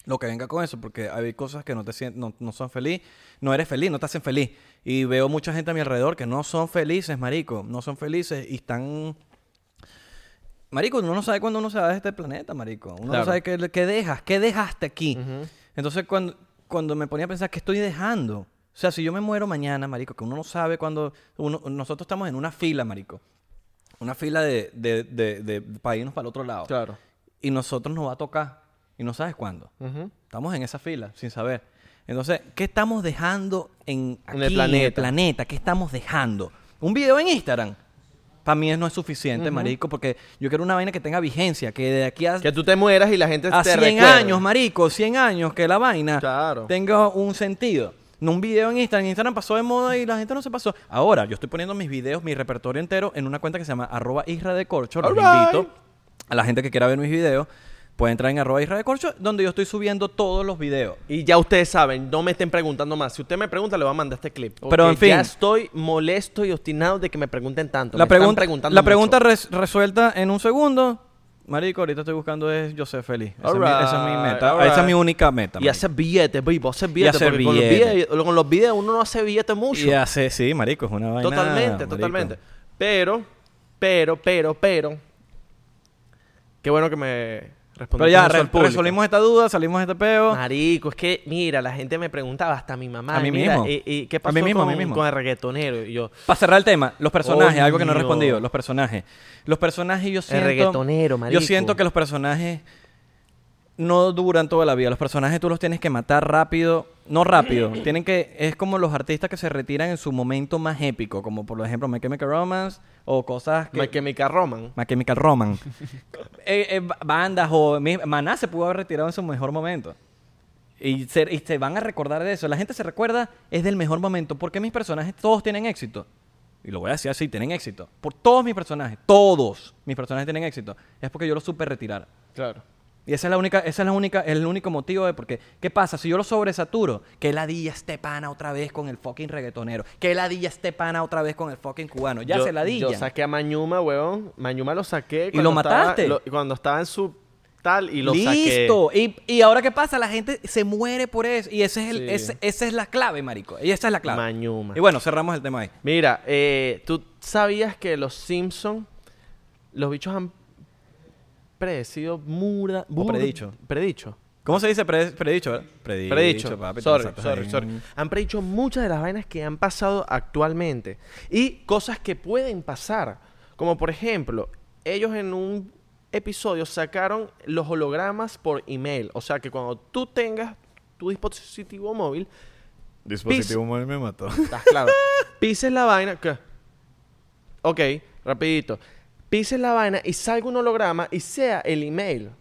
Speaker 1: lo que venga con eso, porque hay cosas que no te sien- no, no son feliz, no eres feliz, no te hacen feliz. Y veo mucha gente a mi alrededor que no son felices, marico, no son felices y están... Marico, uno no sabe cuándo uno se va de este planeta, marico. Uno no
Speaker 3: Claro.
Speaker 1: sabe qué, qué dejas, qué dejaste aquí. Entonces, cuando, cuando me ponía a pensar, ¿qué estoy dejando? O sea, si yo me muero mañana, marico, que uno no sabe cuándo... uno- nosotros estamos en una fila, marico. una fila de, de, de, de- para irnos para el otro lado.
Speaker 3: Claro.
Speaker 1: Y nosotros nos va a tocar y no sabes cuándo. Estamos en esa fila sin saber. Entonces, ¿qué estamos dejando en,
Speaker 3: En el
Speaker 1: aquí,
Speaker 3: planeta.
Speaker 1: planeta? ¿Qué estamos dejando? Un video en Instagram. Para mí no es suficiente, marico, porque yo quiero una vaina que tenga vigencia, que de aquí a
Speaker 3: Que tú te mueras y la gente
Speaker 1: a
Speaker 3: te
Speaker 1: 100
Speaker 3: recuerde.
Speaker 1: años, marico, 100 años, que la vaina
Speaker 3: Claro.
Speaker 1: tenga un sentido. No un video en Instagram. Instagram pasó de moda y la gente no se pasó. Ahora, yo estoy poniendo mis videos, mi repertorio entero en una cuenta que se llama arroba isra de corcho. Los
Speaker 3: Alright.
Speaker 1: invito a la gente que quiera ver mis videos. Puede entrar en arroba isra de corcho, donde yo estoy subiendo todos los videos.
Speaker 3: Y ya ustedes saben, no me estén preguntando más. Si usted me pregunta, le voy a mandar este clip.
Speaker 1: Pero,
Speaker 3: Porque
Speaker 1: en fin.
Speaker 3: Ya estoy molesto y obstinado de que me pregunten tanto.
Speaker 1: La
Speaker 3: Me están
Speaker 1: pregunta,
Speaker 3: preguntando
Speaker 1: la
Speaker 3: mucho.
Speaker 1: pregunta res- resuelta en un segundo. Marico, ahorita estoy buscando es yo ser feliz. Esa, es, mi, esa es mi
Speaker 3: Alright,
Speaker 1: meta.
Speaker 3: alright.
Speaker 1: Esa es mi única meta.
Speaker 3: Y
Speaker 1: marico.
Speaker 3: hacer billetes, vivo, hacer billetes.
Speaker 1: hacer
Speaker 3: porque con los
Speaker 1: billetes.
Speaker 3: videos- Con los videos uno no hace billetes mucho.
Speaker 1: Y hace- sí, marico, es una vaina.
Speaker 3: Totalmente,
Speaker 1: marico.
Speaker 3: totalmente. Pero, pero, pero, pero. Qué bueno que me respondiste.
Speaker 1: Pero ya,
Speaker 3: eso al
Speaker 1: re-
Speaker 3: público.
Speaker 1: resolvimos esta duda, salimos de este peo.
Speaker 3: Marico, es que, mira, la gente me preguntaba, hasta mi mamá.
Speaker 1: A mí
Speaker 3: mira,
Speaker 1: mismo.
Speaker 3: ¿y- y
Speaker 1: A
Speaker 3: qué pasó
Speaker 1: mí mismo, a
Speaker 3: con,
Speaker 1: mí mismo.
Speaker 3: con el reggaetonero? Y yo,
Speaker 1: Para cerrar el tema, los personajes,
Speaker 3: Coño.
Speaker 1: algo que no he respondido, los personajes. Los personajes yo siento...
Speaker 3: reggaetonero, marico.
Speaker 1: Yo siento que los personajes no duran toda la vida. Los personajes tú los tienes que matar rápido. No rápido. tienen que... Es como los artistas que se retiran en su momento más épico. Como por ejemplo My Chemical Romance o cosas que...
Speaker 3: My Chemical Roman.
Speaker 1: My Chemical Roman. Eh, eh, ba- bandas o... mi- Maná se pudo haber retirado en su mejor momento. Y se, y se van a recordar de eso. La gente se recuerda, es del mejor momento. Porque mis personajes todos tienen éxito. Y lo voy a decir así, tienen éxito. Por todos mis personajes, todos mis personajes tienen éxito. Es porque yo los supe retirar.
Speaker 3: Claro.
Speaker 1: Y esa es la única, esa es la única, el único motivo de porque, ¿qué pasa? Si yo lo sobresaturo, que ladilla este pana otra vez con el fucking reggaetonero. Que ladilla este pana otra vez con el fucking cubano. Ya
Speaker 3: Yo-
Speaker 1: se ladilla.
Speaker 3: Yo saqué a Mañuma, weón. Mañuma lo saqué.
Speaker 1: ¿Y lo
Speaker 3: cuando estaba-
Speaker 1: mataste?
Speaker 3: lo- cuando estaba en su tal y lo saqué.
Speaker 1: Listo. Y, y ahora qué pasa, la gente se muere por eso. Y ese es el,
Speaker 3: Sí.
Speaker 1: ese- esa es la clave, marico. Y esa es la clave.
Speaker 3: Mañuma.
Speaker 1: Y bueno, cerramos el tema ahí.
Speaker 3: Mira, eh, tú sabías que los Simpsons, los bichos han predecido murda,
Speaker 1: O
Speaker 3: burda-
Speaker 1: predicho.
Speaker 3: Predicho.
Speaker 1: ¿Cómo se dice pre- predicho? verdad? Predicho.
Speaker 3: Predicho.
Speaker 1: papi, te
Speaker 3: sorry,
Speaker 1: la sacas
Speaker 3: sorry,
Speaker 1: ahí.
Speaker 3: sorry. Han predicho muchas de las vainas que han pasado actualmente. Y cosas que pueden pasar. Como por ejemplo, ellos en un episodio sacaron los hologramas por email. O sea que cuando tú tengas tu dispositivo móvil, Dispositivo
Speaker 1: móvil me mató.
Speaker 3: estás claro. Pises la vaina. ¿Qué? Ok, rapidito. Pises la vaina y salga un holograma y sea el email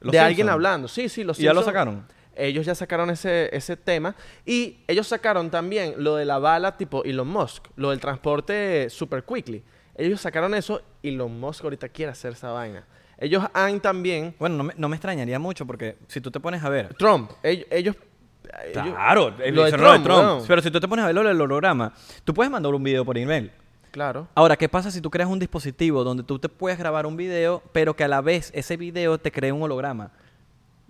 Speaker 3: de alguien hablando. Sí, sí, los
Speaker 1: ¿Y ya lo
Speaker 3: Simpsons-
Speaker 1: sacaron?
Speaker 3: Ellos ya sacaron ese, ese tema. Y ellos sacaron también lo de la bala tipo Elon Musk, lo del transporte eh, super quickly. Ellos sacaron eso. Elon Musk ahorita quiere hacer esa vaina. Ellos han también.
Speaker 1: Bueno, no me, no me extrañaría mucho porque si tú te pones a ver.
Speaker 3: Trump, ellos. ellos eh,
Speaker 1: Claro,
Speaker 3: ellos-
Speaker 1: lo de Trump.
Speaker 3: weón.
Speaker 1: Pero si tú te pones a ver lo del holograma, tú puedes mandar un video por email.
Speaker 3: Claro.
Speaker 1: Ahora, ¿qué pasa si tú creas un dispositivo donde tú te puedes grabar un video, pero que a la vez ese video te cree un holograma?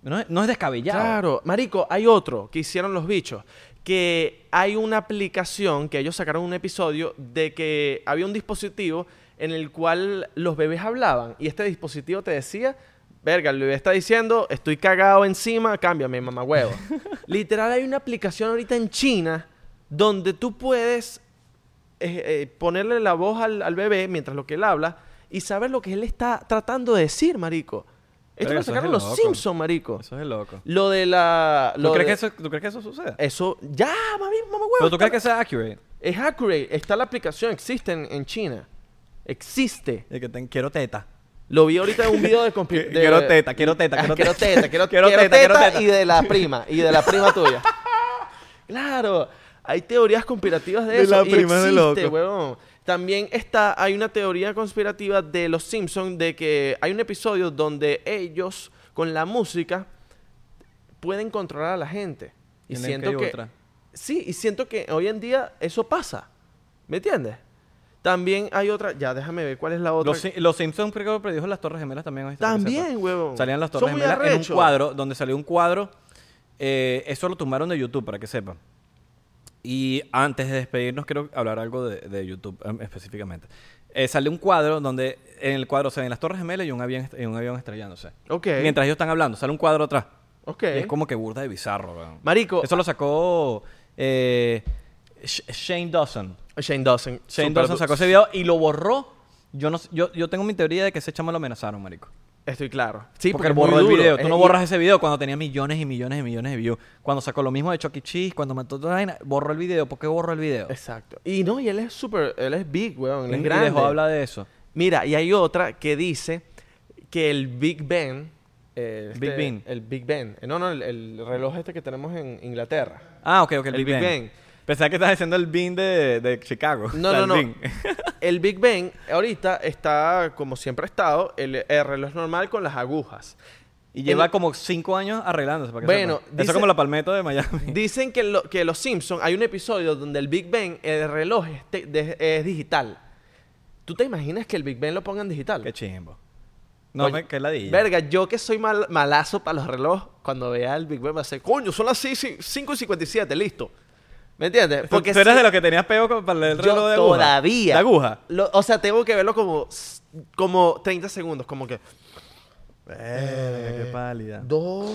Speaker 1: No es, no es descabellado.
Speaker 3: Claro, Marico, hay otro que hicieron los bichos. Que hay una aplicación que ellos sacaron un episodio de que había un dispositivo en el cual los bebés hablaban y este dispositivo te decía. Verga, el bebé está diciendo, estoy cagado encima, cámbiame, mamá huevo. Literal, hay una aplicación ahorita en China donde tú puedes eh, eh, ponerle la voz al, al bebé mientras lo que él habla y saber lo que él está tratando de decir, marico. Esto
Speaker 1: Verga, eso
Speaker 3: lo
Speaker 1: es
Speaker 3: sacaron
Speaker 1: de
Speaker 3: los
Speaker 1: loco.
Speaker 3: Simpsons, marico.
Speaker 1: Eso es loco.
Speaker 3: Lo de la.
Speaker 1: ¿Tú
Speaker 3: lo
Speaker 1: crees,
Speaker 3: de-
Speaker 1: que eso, ¿Tú crees que eso suceda?
Speaker 3: Eso. Ya, mami, mamá, huevo.
Speaker 1: ¿Pero tú
Speaker 3: está-
Speaker 1: crees que sea accurate?
Speaker 3: Es accurate. Está la aplicación. Existe en, en China. Existe.
Speaker 1: De que te- quiero teta.
Speaker 3: Lo vi ahorita en un video de, compli- de-
Speaker 1: Quiero teta, quiero teta,
Speaker 3: Ah,
Speaker 1: quiero
Speaker 3: quiero
Speaker 1: teta.
Speaker 3: teta, quiero,
Speaker 1: Quiero
Speaker 3: quiero
Speaker 1: teta, quiero
Speaker 3: teta
Speaker 1: teta.
Speaker 3: Y de la prima. Y de la prima tuya. Claro. Hay teorías conspirativas de,
Speaker 1: De
Speaker 3: eso.
Speaker 1: la
Speaker 3: y
Speaker 1: prima de
Speaker 3: existe,
Speaker 1: loco.
Speaker 3: huevón. También está, hay una teoría conspirativa de los Simpsons de que hay un episodio donde ellos, con la música, pueden controlar a la gente. Y
Speaker 1: Tienen
Speaker 3: siento
Speaker 1: que
Speaker 3: que.
Speaker 1: otra.
Speaker 3: Sí, y siento que hoy en día eso pasa. ¿Me entiendes? También hay otra. Ya, déjame ver cuál es la otra.
Speaker 1: Los, Sim- los Simpsons creo que predijo las Torres Gemelas también. ahorita, para que
Speaker 3: También,
Speaker 1: sepa.
Speaker 3: huevón.
Speaker 1: Salían las
Speaker 3: Son
Speaker 1: Torres
Speaker 3: muy
Speaker 1: Gemelas en un
Speaker 3: arrechos.
Speaker 1: cuadro, donde salió un cuadro. eh, eso lo tumbaron de YouTube, para que sepan. Y antes de despedirnos, quiero hablar algo de, de YouTube em, específicamente. Eh, sale un cuadro donde en el cuadro se ven las Torres Gemelas y un avión, est- y un avión estrellándose.
Speaker 3: Ok.
Speaker 1: Mientras ellos están hablando, sale un cuadro atrás.
Speaker 3: Ok.
Speaker 1: Y es como que burda de bizarro, weón.
Speaker 3: Marico. ah
Speaker 1: Eso lo sacó eh, Sh- Shane Dawson.
Speaker 3: Shane Dawson.
Speaker 1: Shane
Speaker 3: Super
Speaker 1: Dawson
Speaker 3: du-
Speaker 1: sacó ese video y lo borró Yo, no, s- yo, yo tengo mi teoría de que ese chamo lo amenazaron, marico.
Speaker 3: Estoy claro. Sí,
Speaker 1: porque él
Speaker 3: es muy
Speaker 1: borró el
Speaker 3: duro.
Speaker 1: video. Tú
Speaker 3: Es-
Speaker 1: no
Speaker 3: y-
Speaker 1: borras ese video cuando tenía millones y millones y millones de views. Cuando sacó lo mismo de Chucky Cheese, cuando mató toda la vaina, borró el video. ¿Por qué borró el video?
Speaker 3: Exacto. Y no, y él es súper, él es big, weón. Él
Speaker 1: Y
Speaker 3: es grande.
Speaker 1: dejó hablar de eso.
Speaker 3: Mira, y hay otra que dice que el Big Ben. eh,
Speaker 1: Big
Speaker 3: este-
Speaker 1: Ben.
Speaker 3: El Big Ben. Eh, No, no, el, el reloj este que tenemos en Inglaterra.
Speaker 1: Ah, ok, ok. El, Big,
Speaker 3: El Big
Speaker 1: Bang.
Speaker 3: Bang.
Speaker 1: Pensaba que estabas diciendo el Bean de, de Chicago. O
Speaker 3: No,
Speaker 1: sea,
Speaker 3: no,
Speaker 1: el
Speaker 3: no.
Speaker 1: Bean.
Speaker 3: El Big Ben ahorita está, como siempre ha estado, el, el reloj normal con las agujas.
Speaker 1: Y lleva
Speaker 3: El-
Speaker 1: como cinco años arreglándose. Para que
Speaker 3: Bueno,
Speaker 1: sepa. eso
Speaker 3: dice-
Speaker 1: es como la palmeta de Miami.
Speaker 3: Dicen que, lo- que los Simpsons, hay un episodio donde el Big Ben, el reloj es, te- de- es digital. ¿Tú te imaginas que el Big Ben lo pongan digital?
Speaker 1: Qué chimbo. No,
Speaker 3: Oye,
Speaker 1: me, que ladilla.
Speaker 3: Verga, yo que soy mal- malazo para los relojes, cuando vea el Big Ben va a ser, coño, son las 5 y 57, listo. ¿Me entiendes?
Speaker 1: Porque tú eras
Speaker 3: si-
Speaker 1: de los que tenías peo con- para leer el
Speaker 3: yo
Speaker 1: reloj de aguja.
Speaker 3: todavía.
Speaker 1: De aguja.
Speaker 3: Lo- o sea, tengo que verlo como, s- como 30 segundos, como que
Speaker 1: qué pálida.
Speaker 3: Eh, dos.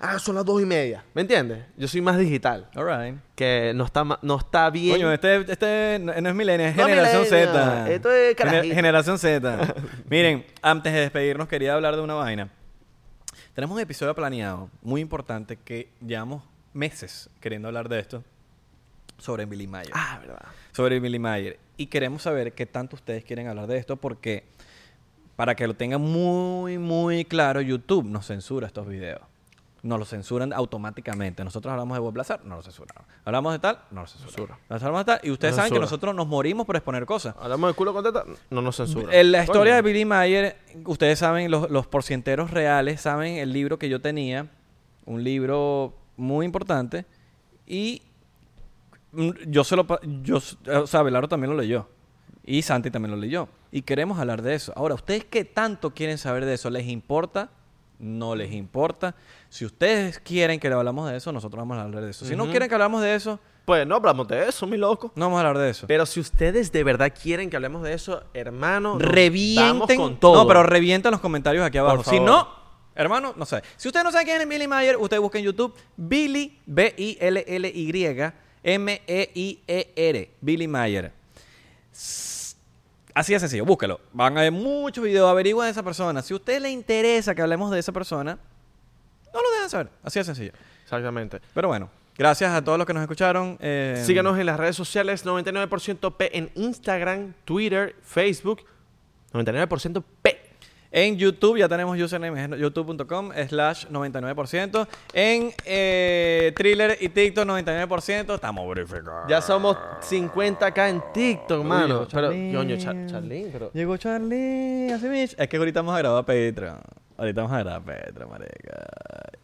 Speaker 3: Ah, son las dos y media. ¿Me entiendes? Yo soy más digital.
Speaker 1: All right.
Speaker 3: Que no está, ma- no está bien.
Speaker 1: Coño, este, este no no es milenio, es
Speaker 3: No,
Speaker 1: generación
Speaker 3: milenio,
Speaker 1: Z.
Speaker 3: esto es
Speaker 1: Gener-
Speaker 3: carajito.
Speaker 1: Generación Z. Miren, antes de despedirnos quería hablar de una vaina. Tenemos un episodio planeado muy importante que llevamos meses queriendo hablar de esto sobre Billy Mayer.
Speaker 3: Ah, verdad.
Speaker 1: sobre Billy Mayer. Y queremos saber qué tanto ustedes quieren hablar de esto porque para que lo tengan muy, muy claro, YouTube nos censura estos videos. Nos los censuran automáticamente. Nosotros hablamos de Bob Lazar, no lo censuraron. Hablamos de tal, no lo censuran. Nos hablamos de tal, y ustedes
Speaker 3: No
Speaker 1: saben que
Speaker 3: censura.
Speaker 1: nosotros nos morimos por exponer cosas.
Speaker 3: Hablamos de culo con teta, no nos censura.
Speaker 1: En la historia de
Speaker 3: Coño.
Speaker 1: Billy Mayer, ustedes saben, los, los porcienteros reales saben el libro que yo tenía, un libro muy importante, y mm, yo se lo... pa- Yo, s- eh, o sea, Abelardo también lo leyó, y Santi también lo leyó, y queremos hablar de eso. Ahora, ¿ustedes qué tanto quieren saber de eso? ¿Les importa? No les importa. Si ustedes quieren que le hablamos de eso, nosotros vamos a hablar de eso. Si no quieren que hablamos de eso,
Speaker 3: Pues no hablamos de eso, mi loco.
Speaker 1: no vamos a hablar de eso.
Speaker 3: Pero si ustedes de verdad quieren que hablemos de eso, hermano, nos damos
Speaker 1: revienten
Speaker 3: con todo.
Speaker 1: No, pero revienten los comentarios aquí abajo. Si
Speaker 3: favor.
Speaker 1: no, hermano, no sé. Si ustedes no saben quién es Billy Mayer, ustedes busquen en YouTube Billy B I L L Y M E I E R, Billy Mayer. S- Así de sencillo, búscalo. Van a ver muchos videos, averigüen de esa persona. Si a usted le interesa que hablemos de esa persona, no lo dejan saber. Así de sencillo.
Speaker 3: Exactamente.
Speaker 1: Pero bueno, gracias a todos los que nos escucharon. eh,
Speaker 3: Síganos en las redes sociales 99% P en Instagram, Twitter, Facebook. 99% P.
Speaker 1: En YouTube ya tenemos username, es youtube.com slash 99%. En eh, Thriller y TikTok 99%. Estamos verificados.
Speaker 3: Ya somos 50k en TikTok, mano. Pero, coño, Cha- Charlín, pero...
Speaker 1: Llegó Charlie, así mismo. Es que ahorita vamos a grabar a Patreon. Ahorita vamos a grabar a Patreon, marica.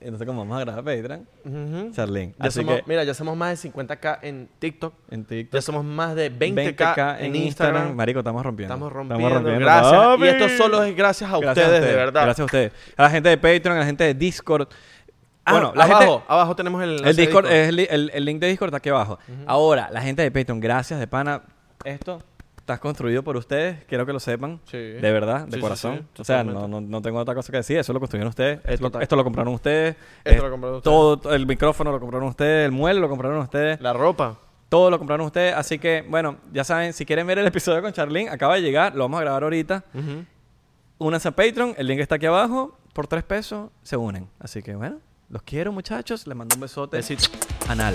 Speaker 1: Entonces, como vamos a grabar a Patreon,
Speaker 3: Ujú.
Speaker 1: Charlín.
Speaker 3: Ya
Speaker 1: Así
Speaker 3: somos-
Speaker 1: que
Speaker 3: Mira, ya somos más de 50k en TikTok.
Speaker 1: en
Speaker 3: Ya
Speaker 1: TikTok,
Speaker 3: somos más de 20k,
Speaker 1: 20K
Speaker 3: en Instagram.
Speaker 1: Marico, estamos rompiendo.
Speaker 3: Estamos rompiendo. Gracias.
Speaker 1: papi.
Speaker 3: Y esto solo es gracias a
Speaker 1: Gracias
Speaker 3: ustedes, de verdad.
Speaker 1: Gracias a ustedes. A la gente de Patreon, a la gente de Discord. Ah,
Speaker 3: bueno,
Speaker 1: no, la
Speaker 3: abajo,
Speaker 1: gente,
Speaker 3: abajo tenemos el...
Speaker 1: El
Speaker 3: enlace de
Speaker 1: Discord, es el, el- el link de Discord está aquí abajo. Ahora, la gente de Patreon, gracias de pana. Esto está construido por ustedes, quiero que lo sepan.
Speaker 3: Sí.
Speaker 1: De verdad, de
Speaker 3: Sí, sí,
Speaker 1: corazón.
Speaker 3: sí,
Speaker 1: o sea, no,
Speaker 3: totalmente.
Speaker 1: no- no tengo otra cosa que decir, eso lo construyeron ustedes.
Speaker 3: Es
Speaker 1: Esto, lo-
Speaker 3: total.
Speaker 1: esto lo compraron ustedes.
Speaker 3: Esto
Speaker 1: Eh,
Speaker 3: lo compraron ustedes.
Speaker 1: Todo, todo- el micrófono lo compraron ustedes, el mueble lo compraron ustedes,
Speaker 3: La ropa.
Speaker 1: todo lo compraron ustedes. Así que, bueno, ya saben, si quieren ver el episodio con Charlene, acaba de llegar, lo vamos a grabar ahorita. Únanse a Patreon, el link está aquí abajo. Por tres pesos se unen. Así que bueno, los quiero muchachos. Les mando un besote.
Speaker 3: Besito.
Speaker 1: Anal.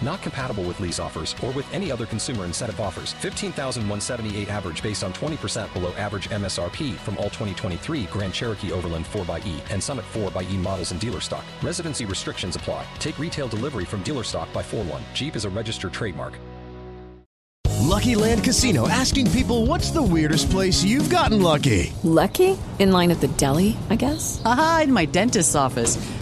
Speaker 6: Not compatible with lease offers or with any other consumer incentive offers. 15,178 average based on 20% below average MSRP from all 2023 Grand Cherokee Overland 4xE and Summit 4xE models in dealer stock. Residency restrictions apply. Take retail delivery from dealer stock by 4 1. Jeep is a registered trademark.
Speaker 7: Lucky Land Casino asking people what's the weirdest place you've gotten lucky?
Speaker 8: Lucky? In line at the deli, I guess?
Speaker 9: Aha, in my dentist's office.